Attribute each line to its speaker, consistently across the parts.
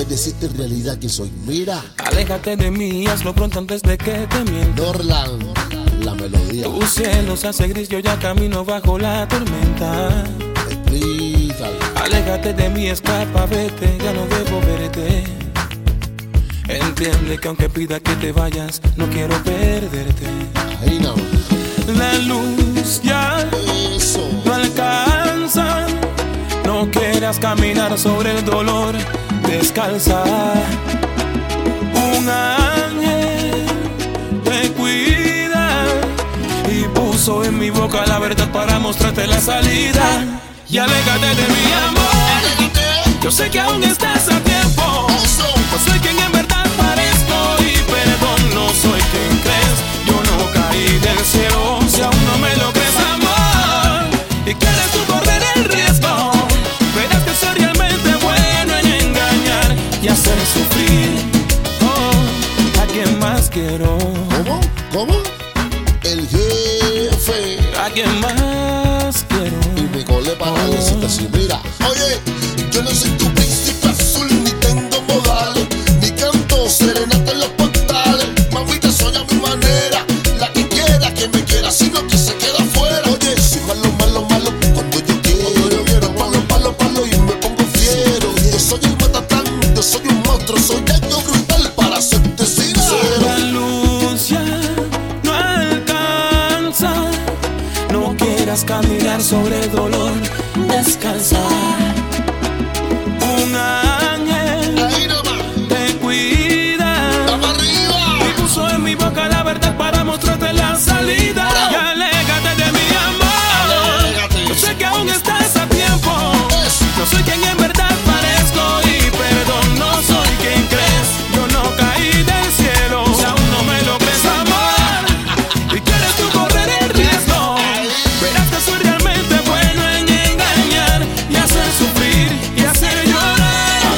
Speaker 1: y decirte en realidad que soy. Mira,
Speaker 2: Aléjate de mí, hazlo pronto antes de que te mienta.
Speaker 1: Norland, la melodía.
Speaker 2: Tu cielo se hace gris, yo ya camino bajo la tormenta.
Speaker 1: Explícale.
Speaker 2: Aléjate de mí, escapa, vete, ya no debo verte. Entiende que aunque pida que te vayas, no quiero perderte.
Speaker 1: Ahí nada más.
Speaker 2: La luz ya
Speaker 1: Eso.
Speaker 2: no alcanza. No quieras caminar sobre el dolor, descalza. Un ángel te cuida y puso en mi boca la verdad para mostrarte la salida. Y aléjate de mi amor. Yo sé que aún estás a tiempo. No soy quien en verdad parezco y perdón, no soy quien crees. Yo no caí del cielo, si aún no me lo crees, amor. Y quieres tú correr el riesgo, verás que soy realmente bueno en engañar y hacer sufrir. Oh, a quien más quiero,
Speaker 1: ¿Cómo? ¿Cómo? El jefe.
Speaker 2: a quien más
Speaker 1: Y
Speaker 2: quiero.
Speaker 1: me colé para la visita así. Mira, oye, yo no soy tu príncipe azul, ni tengo modales, ni canto serenata en los portales. Mamita, soy a mi manera, la que quiera que me quiera, si no que se queda fuera. Oye, soy malo, malo, malo, cuando yo quiero. Cuando yo quiero, palo, palo, palo, y me pongo fiero. Yo soy el matatán, yo soy un monstruo, soy algo brutal para serte sincero.
Speaker 2: La luz ya no alcanza. No quieras caminar sobre el dolor, descansa. Un ángel
Speaker 1: Ahí nada más,
Speaker 2: te cuida.
Speaker 1: vamos arriba.
Speaker 2: Y puso en mi boca la verdad para mostrarte la salida. Y alégate de mi amor.
Speaker 1: Alégate.
Speaker 2: Yo sé que aún estás a tiempo.
Speaker 1: Eso.
Speaker 2: No soy quien en verdad parezco y perdón, no soy quien crees. Yo no caí del cielo, si aún no me lo crees, amor. Y quieres tú correr el riesgo. Verás que soy realmente bueno en engañar y hacer sufrir y hacer llorar.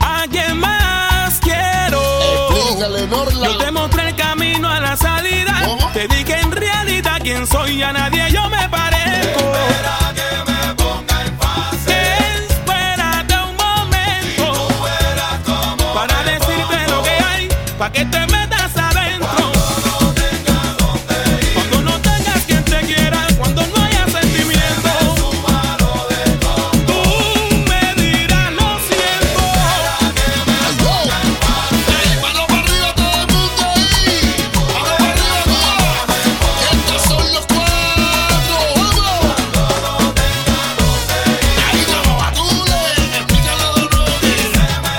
Speaker 2: ¿A quien más quiero?
Speaker 1: Explícale, Norla.
Speaker 2: Yo te mostré el camino a la salida.
Speaker 1: ¿Cómo?
Speaker 2: Te dije en realidad quién soy y a nadie yo me parezco. Espera que me ponga en fase. Espérate un momento. para decirte lo que hay, para que te metas adentro. Cuando no tengas quien te quiera, cuando no haya sentimiento. Tú me dirás lo siento.
Speaker 1: Ay, wow. Ey, mano para arriba todo el mundo ahí. Mano para arriba todos. Estos son los cuatro. Vamos. Ahí vamos, batule. Explícalo, Donori. Mira, mira, mira, mira.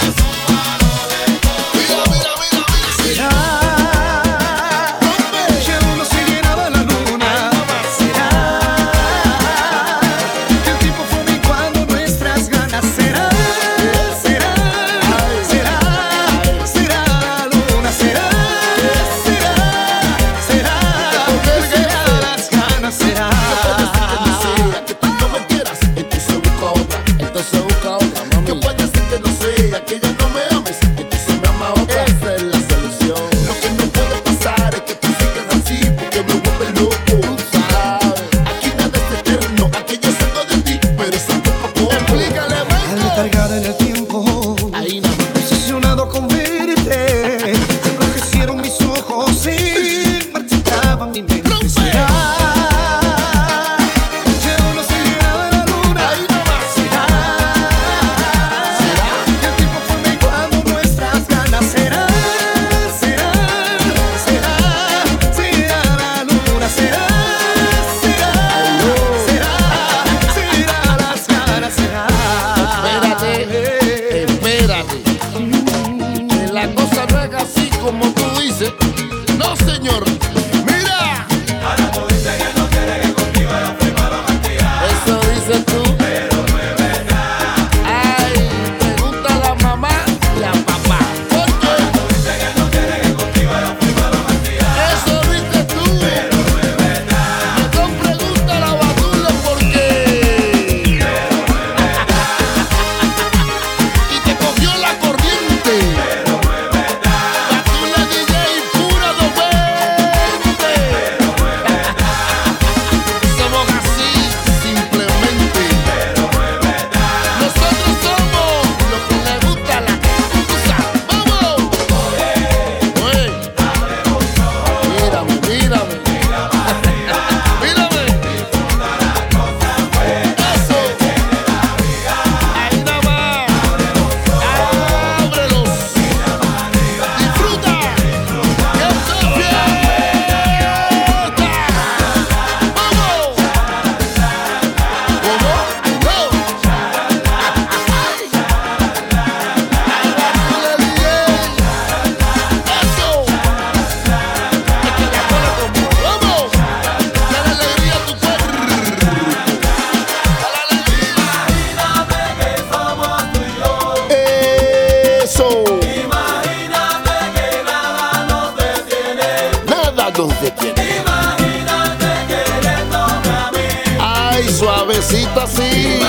Speaker 1: suavecita así.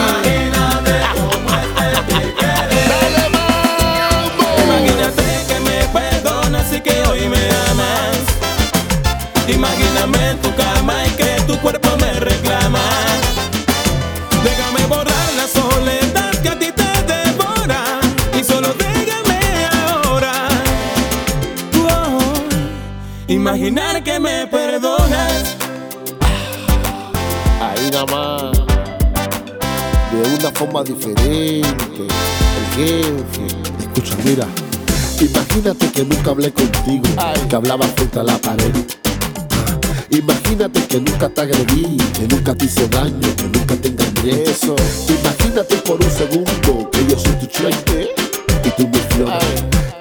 Speaker 2: Imagínate cómo es que te quiere.
Speaker 1: Dale mambo.
Speaker 2: Imagínate que me perdonas y que hoy me amas. Imagíname en tu cama y que tu cuerpo me reclama. Déjame borrar la soledad que a ti te devora. Y solo déjame ahora. Oh, imaginar que me perdonas.
Speaker 1: Ahí nada más. De una forma diferente. El jefe. Escucha, mira. Imagínate que nunca hablé contigo. Que hablaba frente a la pared. Imagínate que nunca te agredí, que nunca te hice daño, que nunca te engañé. Eso. Imagínate por un segundo que yo soy tu chueque y tú mi flor.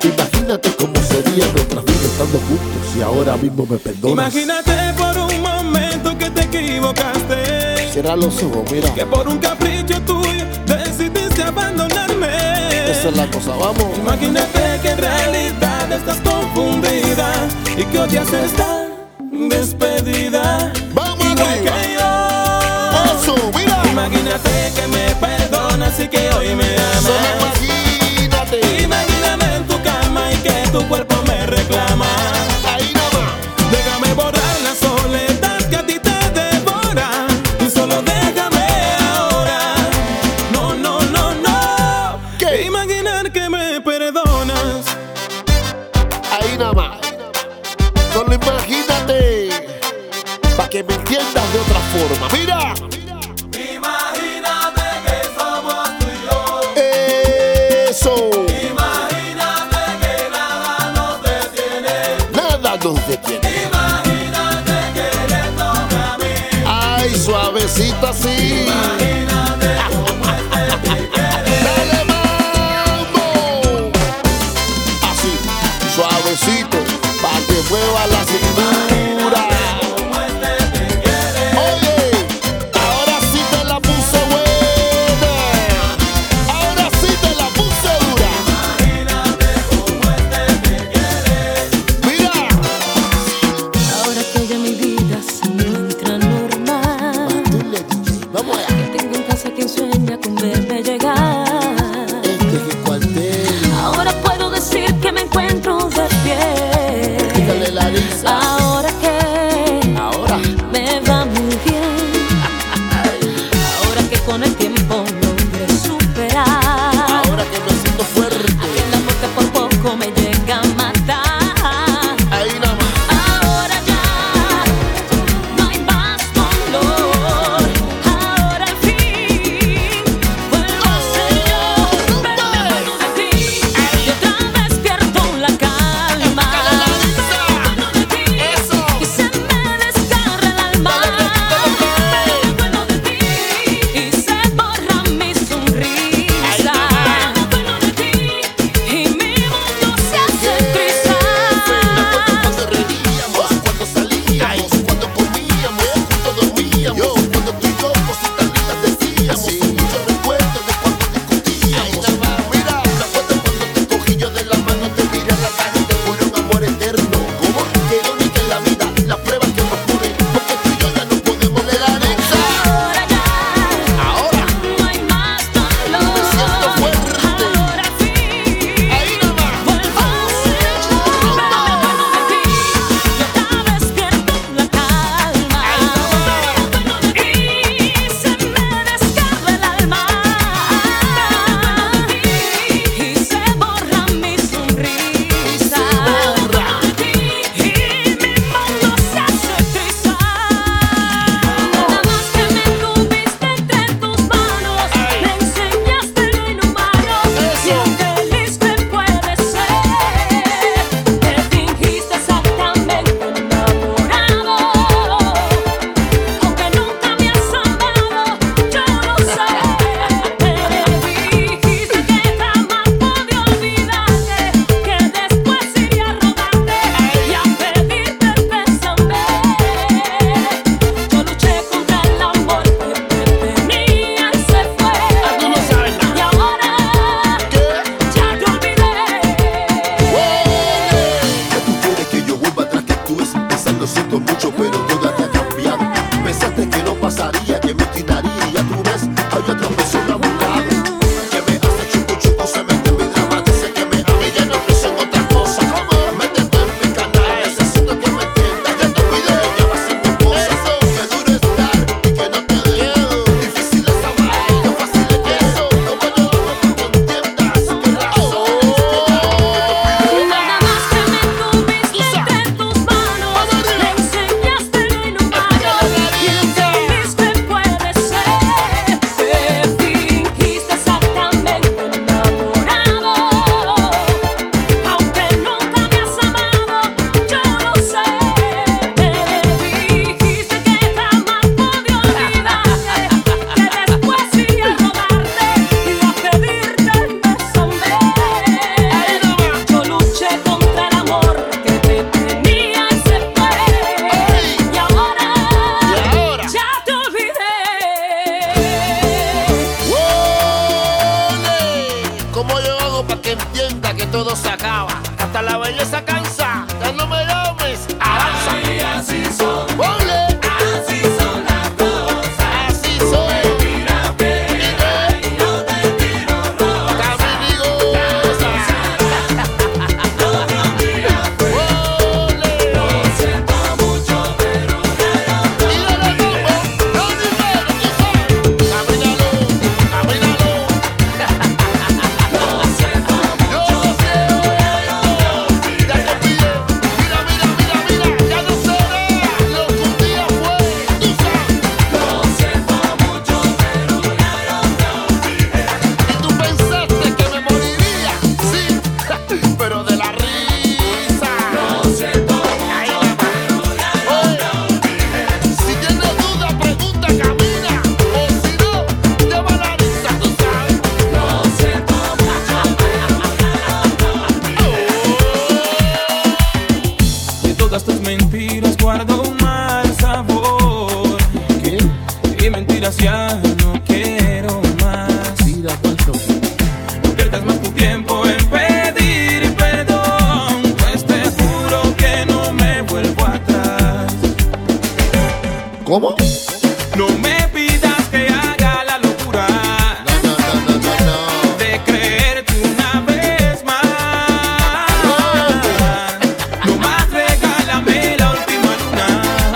Speaker 1: Imagínate cómo sería nuestra vida estando juntos y ahora mismo me perdonas.
Speaker 2: Imagínate por un momento que te equivocaste.
Speaker 1: Será los ojos, mira.
Speaker 2: Que por un capricho tuyo decidiste abandonarme.
Speaker 1: Esa es la cosa, vamos.
Speaker 2: Imagínate que en realidad estás confundida y que odias esta despedida.
Speaker 1: Vamos
Speaker 2: Igual
Speaker 1: arriba.
Speaker 2: que yo.
Speaker 1: Eso, mira.
Speaker 2: Imagínate que me perdonas y que hoy me
Speaker 1: Solo
Speaker 2: amas.
Speaker 1: imagínate.
Speaker 2: Imagíname en tu cama y que tu cuerpo me reclama.
Speaker 1: Ahí nada más.
Speaker 2: Déjame borrar la soledad que a ti te devora Y solo déjame ahora No, no, no, no
Speaker 1: ¿Qué?
Speaker 2: Imaginar que me perdonas
Speaker 1: Ahí nada más. Solo imagínate. Para que me entiendas de otra forma. Mira.
Speaker 2: Imagínate que somos tú y yo
Speaker 1: Eso.
Speaker 2: Imagínate que nada nos detiene
Speaker 1: Nada nos detiene.
Speaker 2: Imagínate queriéndome a mí
Speaker 1: Ay, suavecita así.
Speaker 2: Imagínate cómo es que te quiere
Speaker 1: Dale mambo. Así, suavecito. Para que mueva la cintura.
Speaker 2: Cómo es que te quiere
Speaker 1: Oye, ahora sí te la puse buena. Ahora sí te la puse dura.
Speaker 2: Imagínate cómo es que te quiere
Speaker 1: Mira,
Speaker 3: Ahora que ya mi vida se encuentra normal,
Speaker 1: dile, DJ,
Speaker 2: pierdas ya, no quiero más.
Speaker 4: Tira pa'l show.
Speaker 2: No pierdas más tu tiempo en pedir perdón, pues te juro que no me vuelvo atrás.
Speaker 3: ¿Cómo?
Speaker 2: No me pidas que haga la locura
Speaker 3: No, no, no, no, no, no.
Speaker 2: de creerte una vez más. No más regálame la última luna.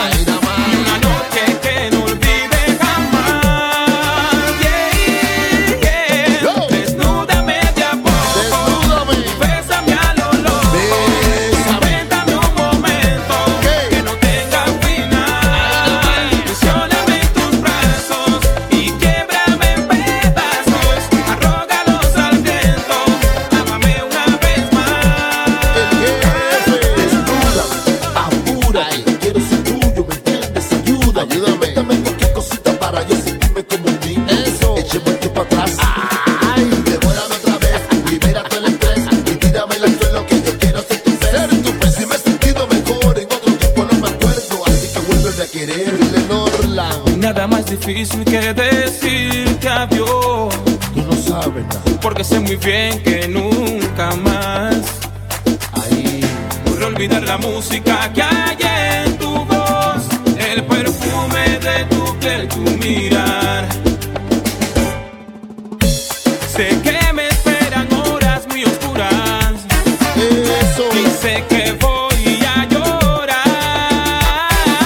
Speaker 3: Ahí nada
Speaker 2: Y
Speaker 3: más.
Speaker 2: una noche que no olvide jamás. Yeah, yeah.
Speaker 3: Yo.
Speaker 2: Desnúdame de a poco.
Speaker 3: Desnúdame.
Speaker 2: Bésame a lo loco.
Speaker 3: Bésame.
Speaker 2: Invéntame un momento
Speaker 3: ¿Qué?
Speaker 2: que no tenga final. Presióname en tus brazos y quiebrame en pedazos. Arrógalos al viento. Ámame una vez más.
Speaker 3: El jefe.
Speaker 1: Desnúdame, apúrate, quiero ser tuyo, ¿me entiendes? Ayúdame,
Speaker 3: Ayúdame.
Speaker 1: cuéntame cualquier cosita para yo sentirme como un niño.
Speaker 3: Eso.
Speaker 1: Echemos el tiempo atrás,
Speaker 3: Ay,
Speaker 1: devórame otra vez, libérate el estrés y tírame el suelo que yo quiero ser tu ser.
Speaker 3: ser tu
Speaker 1: Si me he sentido mejor, en otro tiempo no me acuerdo, así que vuélveme a querer.
Speaker 3: perfil en Orlando.
Speaker 2: Nada más difícil que decirte adiós.
Speaker 1: Tú no sabes nada,
Speaker 2: Porque sé muy bien que nunca más
Speaker 1: ahí
Speaker 2: podré olvidar la música que hay en tu voz, el perfume de tu piel, tu mirar. Sé que me esperan horas muy oscuras
Speaker 3: Eso.
Speaker 2: y sé que voy a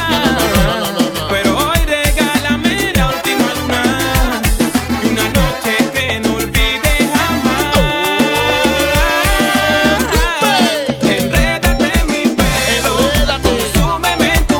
Speaker 3: No, no, no, no, no,
Speaker 2: llorar.
Speaker 3: no.
Speaker 2: Pero hoy regálame la última luna y una noche que no olvide jamás. Enrédate en mi pelo,
Speaker 3: Enrédate.
Speaker 2: consúmeme este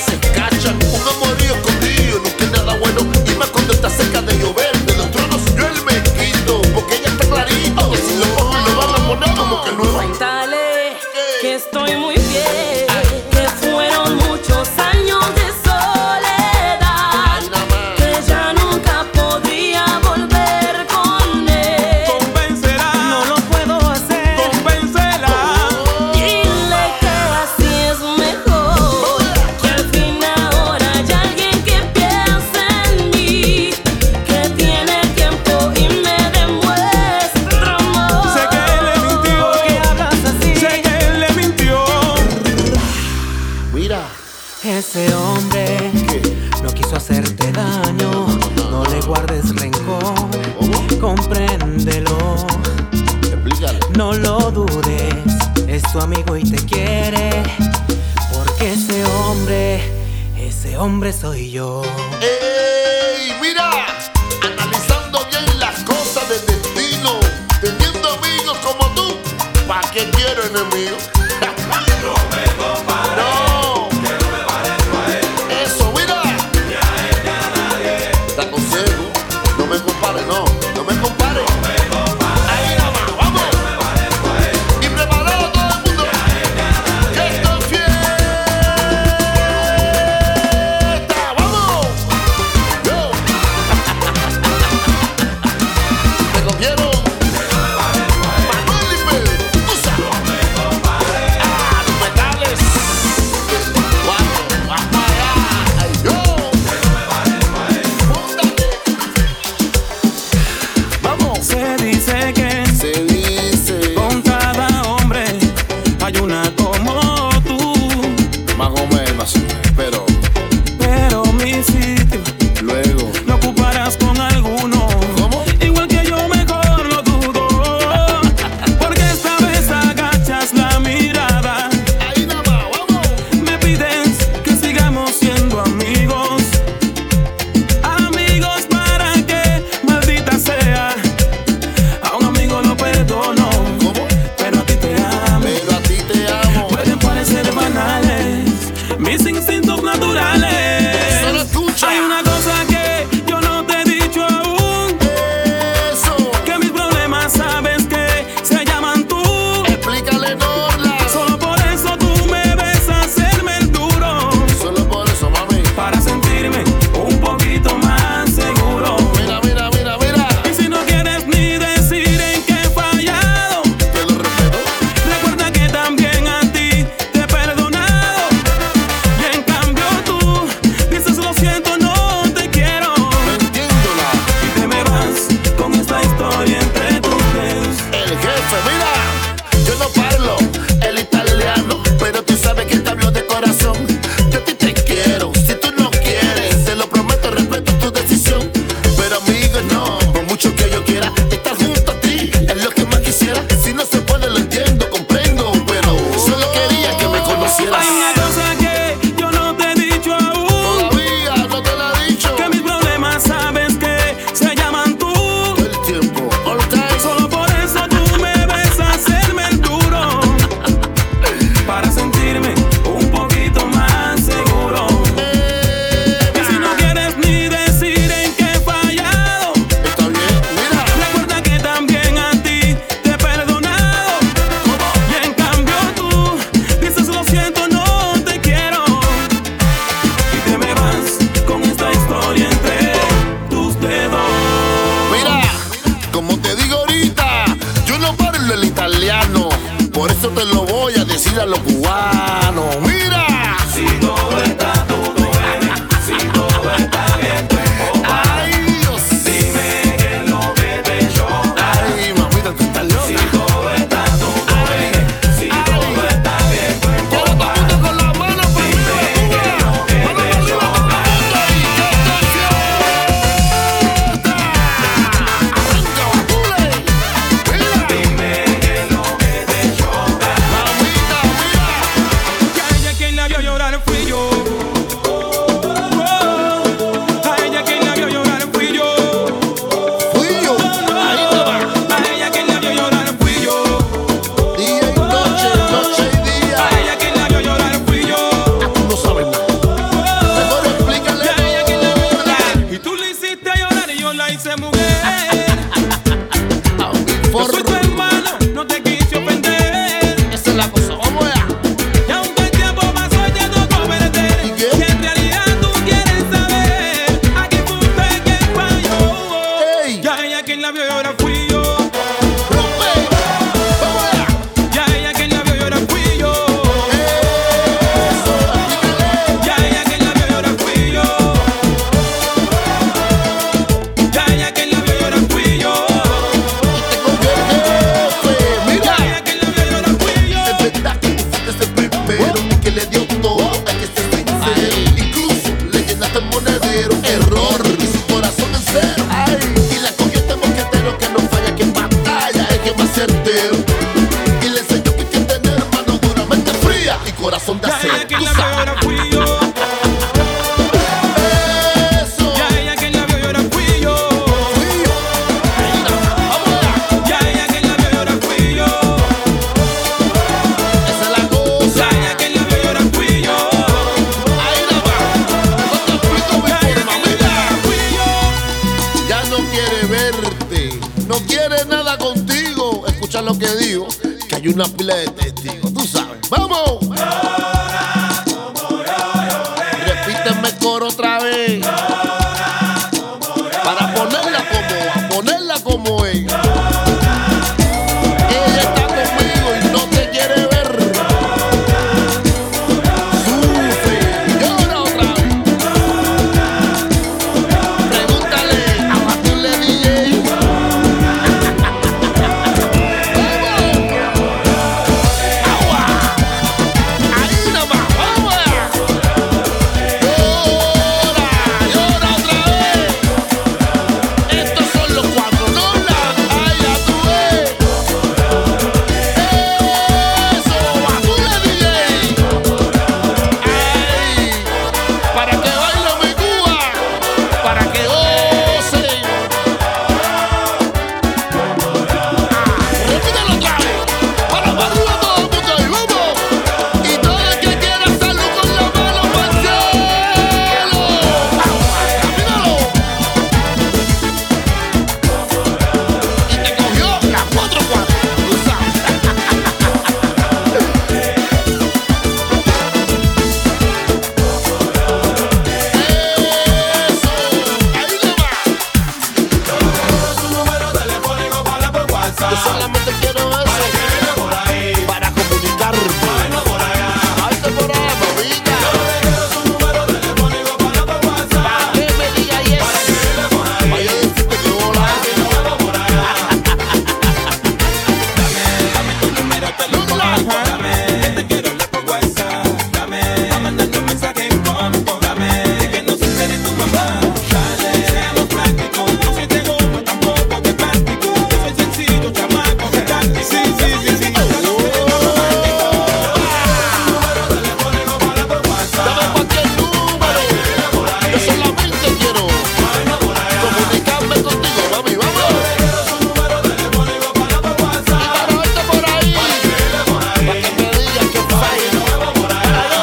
Speaker 5: Ese hombre soy yo.
Speaker 1: ¡Ey! Mira, analizando bien las cosas del destino, teniendo amigos como tú, ¿para qué quiero enemigos? No, eso, mira. Te aconsejo, no me compare, no, no me compare. Ahí nada más, vamos. Y preparado todo el mundo. Que esto es fiesta, vamos. Yo. Te cogieron. Manuel y Pedro, tú sabes. Ah, los metales. Cuatro, vas para allá. Ay, yo. Póntate. Vamos.
Speaker 2: Se dice que
Speaker 1: Se dice
Speaker 2: con cada hombre hay una como tú.
Speaker 1: más o menos, pero
Speaker 2: Pero mi sitio
Speaker 1: luego.
Speaker 2: lo ocuparás con alguno.
Speaker 1: ¿Cómo?
Speaker 2: Igual que yo, mejor no dudo. Porque esta vez agachas la mirada.
Speaker 1: Ahí nada más, vamos.
Speaker 2: Me pides que sigamos siendo amigos. Amigos para que, maldita sea. A un amigo lo perdono.
Speaker 1: ¿Cómo?
Speaker 2: Pero a ti te amo.
Speaker 1: Pero a ti te amo.
Speaker 2: Pueden parecer banales, mis instintos naturales.
Speaker 1: Solo escucha.
Speaker 2: Hay una cosa que yo no te he dicho aún,
Speaker 1: Eso.
Speaker 2: que mis problemas sabes que se llaman tú.
Speaker 1: Explícale, Norla.
Speaker 2: Solo por eso tú me ves hacerme el duro,
Speaker 1: Solo por eso, mami.
Speaker 2: para sentirme un poquito más seguro.
Speaker 1: Mira, mira, mira, mira.
Speaker 2: Y si no quieres ni decir en qué he fallado,
Speaker 1: Te lo respeto.
Speaker 2: Recuerda que también a ti te he perdonado. Y en cambio tú dices lo siento, no te quiero.
Speaker 1: Entiéndola.
Speaker 2: Y te me vas con esta historia entre tus dedos.
Speaker 1: El jefe, mira. Yo no parlo el italiano, pero tú sabes que te hablo de corazón. Yo a ti te quiero. Si tú no quieres, te lo prometo, respeto tu decisión. Pero amigos, no. Por mucho que yo quiera, estar junto a ti es lo que más quisiera. Si no se puede, lo entiendo, comprendo. Pero solo quería que me conocieras.
Speaker 2: Hay una cosa que yo no te he dicho aún.
Speaker 1: Todavía no te la he dicho.
Speaker 2: Que mis problemas sabes que se llaman tú.
Speaker 1: Todo el tiempo. All time.
Speaker 2: Solo por eso tú me ves hacerme el duro. Para sentirme un poquito más seguro. Y si no quieres ni decir en qué he fallado,
Speaker 1: Está bien, mira.
Speaker 2: recuerda que también a ti te he perdonado. Y en cambio tú dices lo siento, no te quiero. Y te me vas con esta historia entre tus dedos.
Speaker 1: Mira, como te digo ahorita, yo no parlo el italiano, por eso te lo voy a decir a los cubanos. Mira,
Speaker 2: Si todo está todo bien, si todo está bien, tú empujas.
Speaker 1: ay Dios,
Speaker 2: Dime qué es lo que te choca.
Speaker 1: ay mamita, tú estás
Speaker 2: Si
Speaker 1: loca.
Speaker 2: todo está todo bien, si todo está bien, tú
Speaker 1: Quiero todo
Speaker 2: empujas.
Speaker 1: el mundo con las manos para arriba,
Speaker 2: Dime qué es lo que
Speaker 1: Cuba. Manos para
Speaker 2: te
Speaker 1: arriba, todo el
Speaker 2: choca.
Speaker 1: mundo, y que te sienta. Arranca, Bule.
Speaker 2: Dime
Speaker 1: Mira,
Speaker 2: qué es lo que te choca.
Speaker 1: mamita, mira.
Speaker 2: A ella quien la vio llorar fui yo. A ella quien la vio llorar fui yo.
Speaker 1: Fui yo, ahí te va.
Speaker 2: A ella quien la vio llorar fui yo.
Speaker 1: Día y noche, noche y día.
Speaker 2: A ella quien la vio llorar fui yo.
Speaker 1: Tú no sabes nada. Mejor explícale.
Speaker 2: Y a ella que la vio llorar. Y tú le hiciste llorar y yo la hice mujer.
Speaker 1: A mi
Speaker 2: Yo soy tu
Speaker 1: forma.
Speaker 2: hermano, no te quise ofender.
Speaker 1: Esa es la cosa. Vamos allá.
Speaker 2: Y aunque el tiempo pasó ya no
Speaker 1: ¿Y
Speaker 2: comprender.
Speaker 1: qué?
Speaker 2: Si en realidad tú quieres saber a qué punto es que
Speaker 1: Ey.
Speaker 2: falló. Ya ella quien la vio y ahora fui yo.
Speaker 1: Rompe. Vamos allá.
Speaker 2: Ya ella quien la vio y ahora fui yo.
Speaker 1: Eso. Explícale.
Speaker 2: Ya ella quien la vio y ahora fui yo. Ya ella quien la vio y ahora fui yo.
Speaker 1: Y te convierte.
Speaker 2: Ya
Speaker 1: Mira.
Speaker 2: ella quien la vio y ahora fui yo.
Speaker 6: Es verdad que tú fuiste el primero que le dio todo a que se sincero. Incluso le llenaste el monedero. Error y su corazón en cero. Y la cogió este mosquetero que no falla, que en batalla es que más certero. Y le enseñó que hay que tener mano duramente fría y corazón de
Speaker 2: Ya
Speaker 6: acero.
Speaker 2: ella quien
Speaker 6: Tú
Speaker 2: la vio y
Speaker 6: sabes.
Speaker 2: ahora fui yo.
Speaker 1: una pila de testigos, tú sabes. ¡Vamos! Repíteme coro otra vez. Para ponerla como, a ponerla como es. Ella está conmigo y no te quiere ver. Sufre y llora otra vez. Pregúntale a Matule DJ. Agua. Ahí nomás, vamos. Llora, llora otra vez. Estos son los cuatro, no la Ahí la tuve. Eso, Matule DJ. Ay, para que baile mi Cuba, para que Ah, goce. Repítelo otra vez. Para arriba todo el mundo y vamos. Y todo el que quiera hacerlo con la mano para el cielo. Camínalo. Y te cogió la 4 4 Tú sabes. Eso. Ahí le va.
Speaker 2: su número telefónico para por
Speaker 1: Yo
Speaker 2: WhatsApp.
Speaker 1: solamente quiero eso.
Speaker 2: Que venga por ahí,
Speaker 1: Para comunicarme.
Speaker 2: no por allá.
Speaker 1: Alto por ahí, mamita.
Speaker 2: Su número telefónico para por WhatsApp.
Speaker 1: Que me diga y eso. Vaya decirte que hola.
Speaker 2: Dame, que te quiero hablar por WhatsApp. Dame, a mandarte un mensaje en corto. Dame, que no se entere tu mamá. Dale, seamos prácticos. No soy de goma, tampoco te platico. Yo soy sencillo, chamaco, que tal. Sí, sí, sí, sí. Ya lo sé, yo romántico. Número telefónico para por WhatsApp.
Speaker 1: Dame cualquier número. Yo solamente quiero comunicarme contigo, mami, vamos.
Speaker 2: Número telefónico para por
Speaker 1: Y
Speaker 2: WhatsApp.
Speaker 1: para verte por ahí. Para que me digas que fai. Para yo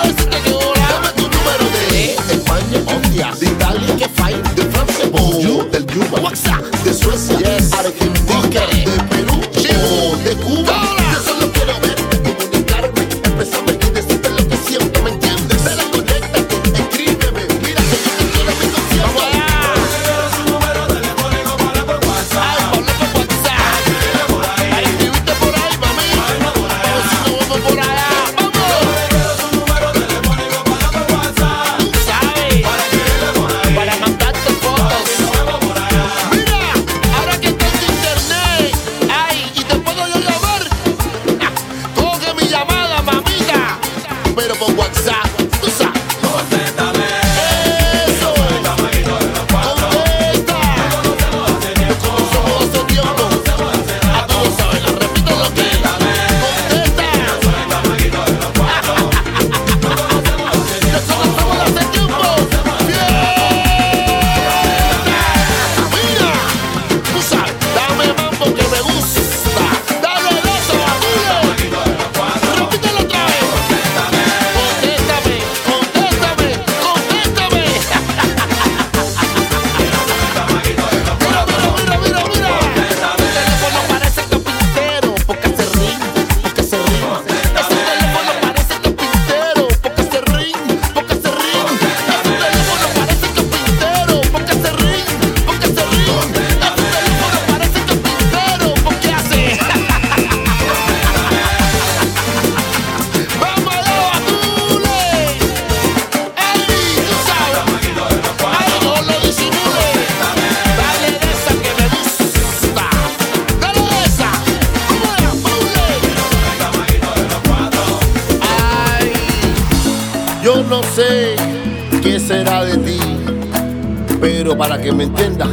Speaker 1: decirte que hola. Dame tu número de España, Hostia, de Italia, que fai. De Francia, Boyo, del Cuba, WhatsApp. De Suecia, Argentina, de Perú, Chivo, de Cuba. Yo solo quiero ver, comunicarme, expresarme y decirte lo que siento, ¿me entiendes? Desconéctate, escríbeme, mira que yo te quiero, mi concierto. Ay, ponle por WhatsApp. Ay, escribiste por ahí, mami. Vamos, si nos vamos por allá. Vamos. Tú sabes. Para mandarte fotos. Mira, ahora que tengo internet. Ay, y te puedo yo llamar. Ah, Coge mi llamada, mamita. Pero por WhatsApp, tú sabes. Eso. Contesta. Somos hace tiempo, a todos saben, repito lo que contesta. Nosotros somos hace tiempo, fiesta. Mira, tú sabes, dame mambo que me gusta. Dale beso a tuyo. Repítelo otra vez. Contéstame, contéstame, contéstame. Mira, mira, mira, mira, mira. Tu teléfono parece carpintero, porque se ríe, porque se ríe. Ese teléfono parece carpintero, porque se ríe, porque se ríe. Ese teléfono parece carpintero, porque se ríe, porque se ríe. Ese teléfono parece carpintero, porque hace. Vamos a Dule. Ay, tú sabes. Ay, no lo disimule. Dale de esa que me gusta. Dale de esa. ¿Cómo la pule? Ay, yo no sé qué será de ti, pero para que me entiendas,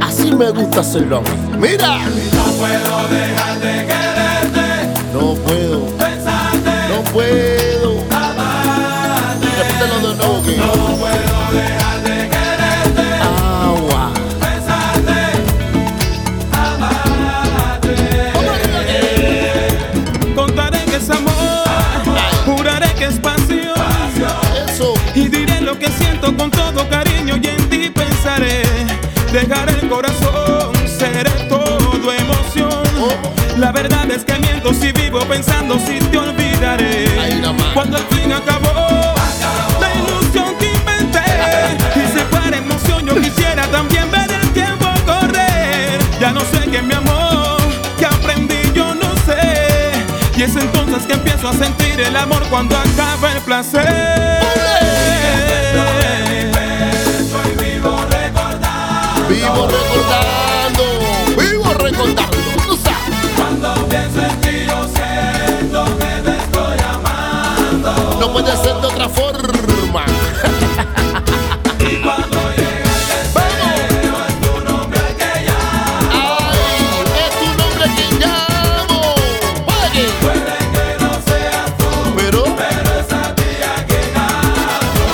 Speaker 1: así me gusta hacerlo. a mí. Mira,
Speaker 2: No puedo dejar de quererte,
Speaker 1: no puedo,
Speaker 2: pensarte,
Speaker 1: no puedo.
Speaker 2: amarte.
Speaker 1: Repítelo de nuevo que
Speaker 2: No puedo dejar de quererte,
Speaker 1: agua.
Speaker 2: pensarte, amarte.
Speaker 1: Vamos arriba, que-
Speaker 2: Contaré que es amor, juraré que es pasión
Speaker 1: Eso.
Speaker 2: y diré lo que siento con todo cariño y en ti pensaré. Dejaré el corazón, seré todo emoción. La verdad es que miento si vi vivo pensando si te olvidaré.
Speaker 1: Ahí nada más.
Speaker 2: Cuando al fin acabó, la ilusión que inventé. Y se para emoción, yo quisiera también ver el tiempo correr. Ya no sé qué mi amor, que aprendí yo no sé. Y es entonces que empiezo a sentir el amor cuando acaba el placer.
Speaker 1: Vivo recordando, vivo recordando. Tú sabes.
Speaker 2: Cuando pienso en ti, yo siento que te estoy amando.
Speaker 1: No puede ser de otra forma. Vamos. Ay, es tu nombre que llamo. Oye. Pero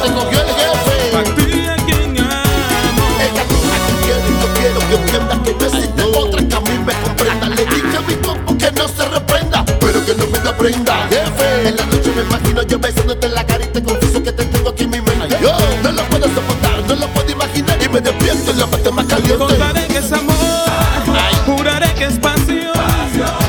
Speaker 1: te cogió el
Speaker 2: A
Speaker 1: jefe.
Speaker 2: ti a quien amo.
Speaker 1: Ella no la quiere y yo quiero que entienda que no existe otra que a mí me comprenda. Le dije a mi compu que no se reprenda, pero que no me la prenda. Jefe, en la noche me imagino yo besándote en la cara y te confieso que te tengo aquí en mi mente. Yo no lo puedo soportar, no lo puedo imaginar y me despierto en la parte más caliente.
Speaker 2: Contaré que es amor, juraré que es pasión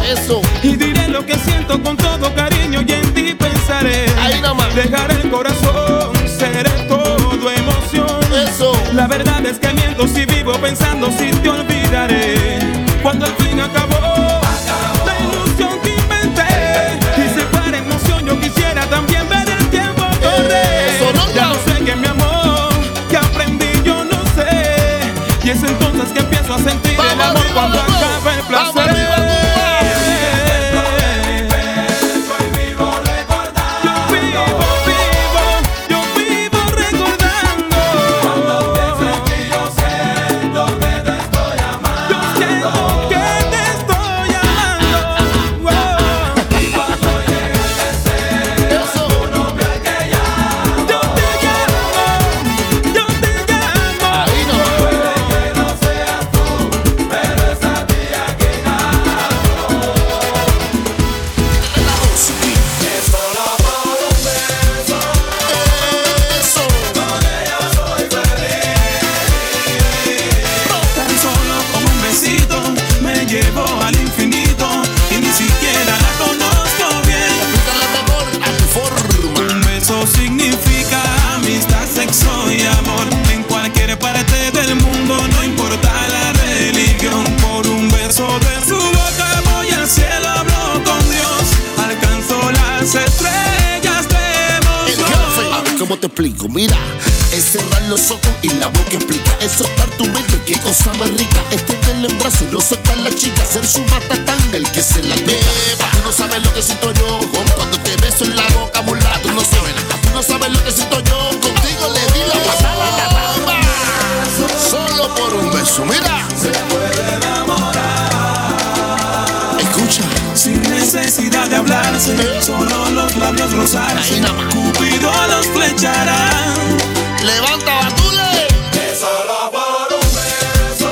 Speaker 1: Eso,
Speaker 2: y diré lo que siento con todo cariño y en ti pensaré.
Speaker 1: Ahí nomás.
Speaker 2: Dejaré el corazón, seré todo emoción.
Speaker 1: eso.
Speaker 2: La verdad es que miento si vivo pensando si te olvidaré. Cuando al fin acabó, la ilusión que inventé y se para emoción yo quisiera también ver el tiempo
Speaker 1: Eso,
Speaker 2: correr.
Speaker 1: no,
Speaker 2: Ya
Speaker 1: no.
Speaker 2: no sé que mi amor que aprendí yo no sé y es entonces que empiezo a sentir el
Speaker 1: Vamos
Speaker 2: amor
Speaker 1: arriba,
Speaker 2: cuando
Speaker 1: vamos.
Speaker 2: acaba el
Speaker 1: Vamos
Speaker 2: placer.
Speaker 1: arriba,
Speaker 2: Yo vivo, vivo, yo vivo recordando. Cuando pienso en ti, yo siento que te estoy amando. Yo siento que te estoy amando. Y cuando llega el
Speaker 1: Eso,
Speaker 2: yo te llamo, yo te llamo.
Speaker 1: ahí no.
Speaker 2: Puede que no seas tú, pero es a ti a quien amo. Que solo por un beso
Speaker 1: Eso,
Speaker 2: con ella soy feliz. Tan solo con un besito me llevo al infinito y ni siquiera la conozco bien.
Speaker 1: dale amor a tu forma.
Speaker 2: Un beso significa amistad, sexo y amor. En cualquier parte del mundo, no importa la religión. Por un beso de su boca voy al cielo, hablo con Dios. Alcanzo las estrellas de
Speaker 1: El
Speaker 2: emoción.
Speaker 1: jefe, ah, ¿cómo te explico? Mira, es cerrar los ojos y la boca explica. Eso está tu mente, qué cosa más rica. Este Es tenerla en brazo y no soltar la chica. Ser su matatán, el que se la lleva. Tú no sabes lo que siento yo con cuando te beso en la boca, mula. Tú no sabes nada. Tú no sabes lo que siento yo contigo. Le di la pasada a la dama. Solo por un beso, mira. Se puede enamorar. Escucha,
Speaker 2: Sin necesidad de hablarse, solo los labios
Speaker 1: Ahí
Speaker 2: rozarse.
Speaker 1: nada más.
Speaker 2: Cupido los flechará.
Speaker 1: levanta, batule.
Speaker 2: Que solo por un beso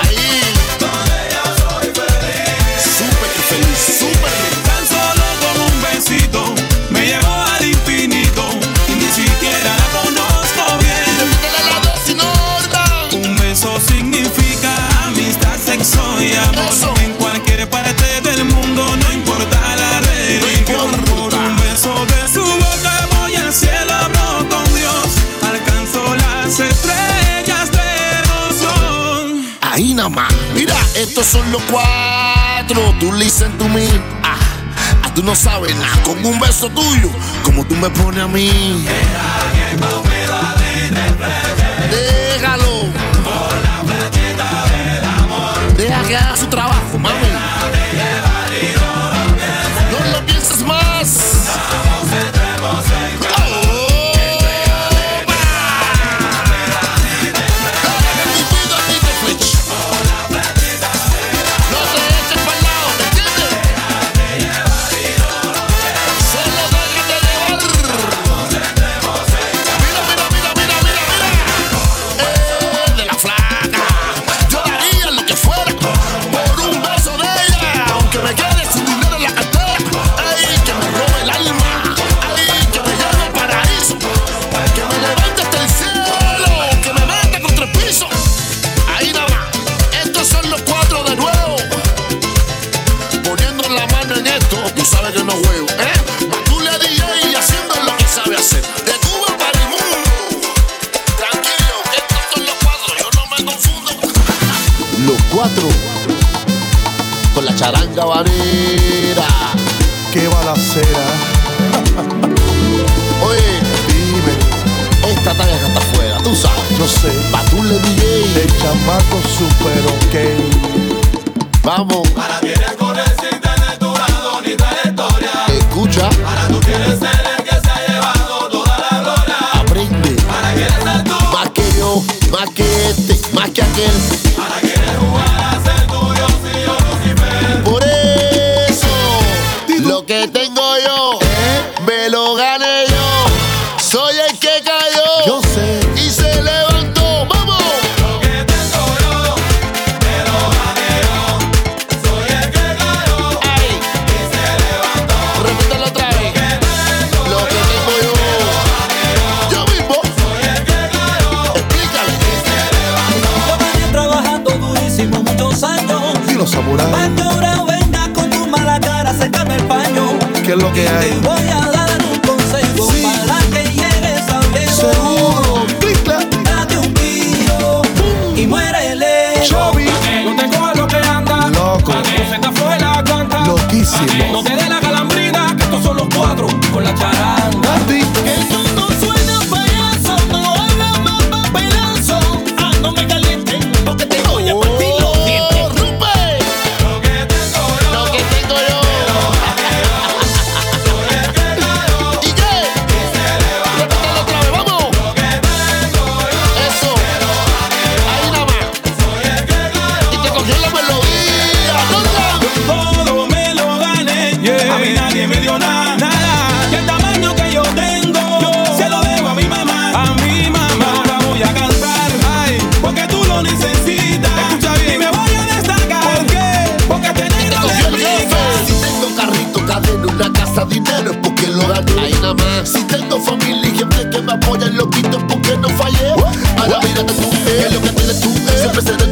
Speaker 1: Ahí.
Speaker 2: con ella soy feliz.
Speaker 1: Súper feliz, súper.
Speaker 2: Tan solo con un besito me llevo al infinito y ni siquiera la conozco bien.
Speaker 1: Dale la dos sin orden.
Speaker 2: Un beso significa amistad, sexo y amor.
Speaker 1: Eso.
Speaker 2: En cualquier parte del mundo, no importa la religión.
Speaker 1: No importa.
Speaker 2: Por un beso de su boca voy al cielo, hablo con Dios. Alcanzo las estrellas de emoción.
Speaker 1: Ahí nada más. Mira, estos son los cuatro. Tú listen to me. Ah, ah, tú no sabes nada. Con un beso tuyo, como tú me pones a mí. Déjalo. Deja que haga su trabajo, mami. No lo pienses más. Oh, va. Dale, mi vida, mi de flecha. No te eches pa'l lado, ¿me entiendes? Solo déjate llevar. Mírame ¿eh? cuatro con la charanga vanera.
Speaker 4: Qué balacera,
Speaker 1: Oye,
Speaker 4: dime,
Speaker 1: esta talla que está afuera, tú sabes.
Speaker 4: yo sé.
Speaker 1: Batule DJ,
Speaker 4: El chamaco super ok.
Speaker 1: vamos,
Speaker 7: Ahora tienes con el cinta de tu lado, ni tal historia.
Speaker 1: escucha,
Speaker 7: Ahora tú quieres ser el que se ha llevado toda la gloria.
Speaker 1: aprende.
Speaker 7: Ahora quieres ser tú,
Speaker 1: Más que yo, más que este, más que aquel.
Speaker 7: ahora quieres jugar a ser tuyo si yo Lucifer.
Speaker 1: Por eso, lo que tengo yo, me lo gané yo. Soy el que cayó.
Speaker 4: Yo sé.
Speaker 1: y se levantó. ¡Vamos!
Speaker 7: Lo que tengo yo, me lo gané yo. Soy el que ganó
Speaker 1: ¡Ay!
Speaker 7: y se levantó.
Speaker 1: Repítelo otra vez.
Speaker 7: Que tengo
Speaker 1: Lo que tengo yo. Yo mismo.
Speaker 7: soy el que ganó
Speaker 1: Explícale.
Speaker 7: y se levantó.
Speaker 2: Yo venía trabajando durísimo muchos años.
Speaker 4: Y los samuráis,
Speaker 2: Cuando ahora venga con tu mala cara, sécame el paño.
Speaker 4: ¿qué es lo que
Speaker 2: Te
Speaker 4: hay?
Speaker 2: voy a dar un consejo
Speaker 4: Sí.
Speaker 2: para que llegues a lejos.
Speaker 4: Seguro, clic, clac,
Speaker 1: E.
Speaker 2: Date un tiro y muérele.
Speaker 4: chovi,
Speaker 7: No te cojas lo que anda.
Speaker 4: Loco.
Speaker 7: A que se te fue la cuanta. No
Speaker 4: loquísimo.
Speaker 7: te dé la calambrina, que estos son los cuatro con la charanga.
Speaker 4: Andy,
Speaker 2: Esto no suena payaso, no habla más papelazo. Ah, no me calientes porque te voy a partir los dientes.
Speaker 1: ¡Oh, Rupe!
Speaker 7: Lo que tengo yo,
Speaker 1: Lo que tengo yo.
Speaker 7: soy el que ganó
Speaker 1: ¿Y qué?
Speaker 7: y se levantó.
Speaker 1: Repítelo otra vez. ¡Vamos!
Speaker 7: Lo que tengo yo,
Speaker 1: Eso. Ahí nada más.
Speaker 7: soy el que ganó.
Speaker 1: Y te cogió la melodía. ¿Dónde?
Speaker 2: Todo me lo gané, a mí nadie me dio nada, nada. Y el tamaño que yo tengo, yo se lo debo a mi mamá, a mi mamá. Ahora voy a cantar, ay, porque tú lo necesitas. Escucha bien, y me voy a destacar, ¿por qué? Porque este
Speaker 1: Te
Speaker 2: negro
Speaker 1: cogió el
Speaker 2: te
Speaker 1: jefe.
Speaker 2: pica.
Speaker 1: Si tengo carrito, cadena, una casa, dinero, es porque lo gané. Ahí nada más. Si tengo familia y Eh. gente que me apoya, lo quito porque no fallé. Ahora mírate tú, que lo que tienes tú, siempre seré tu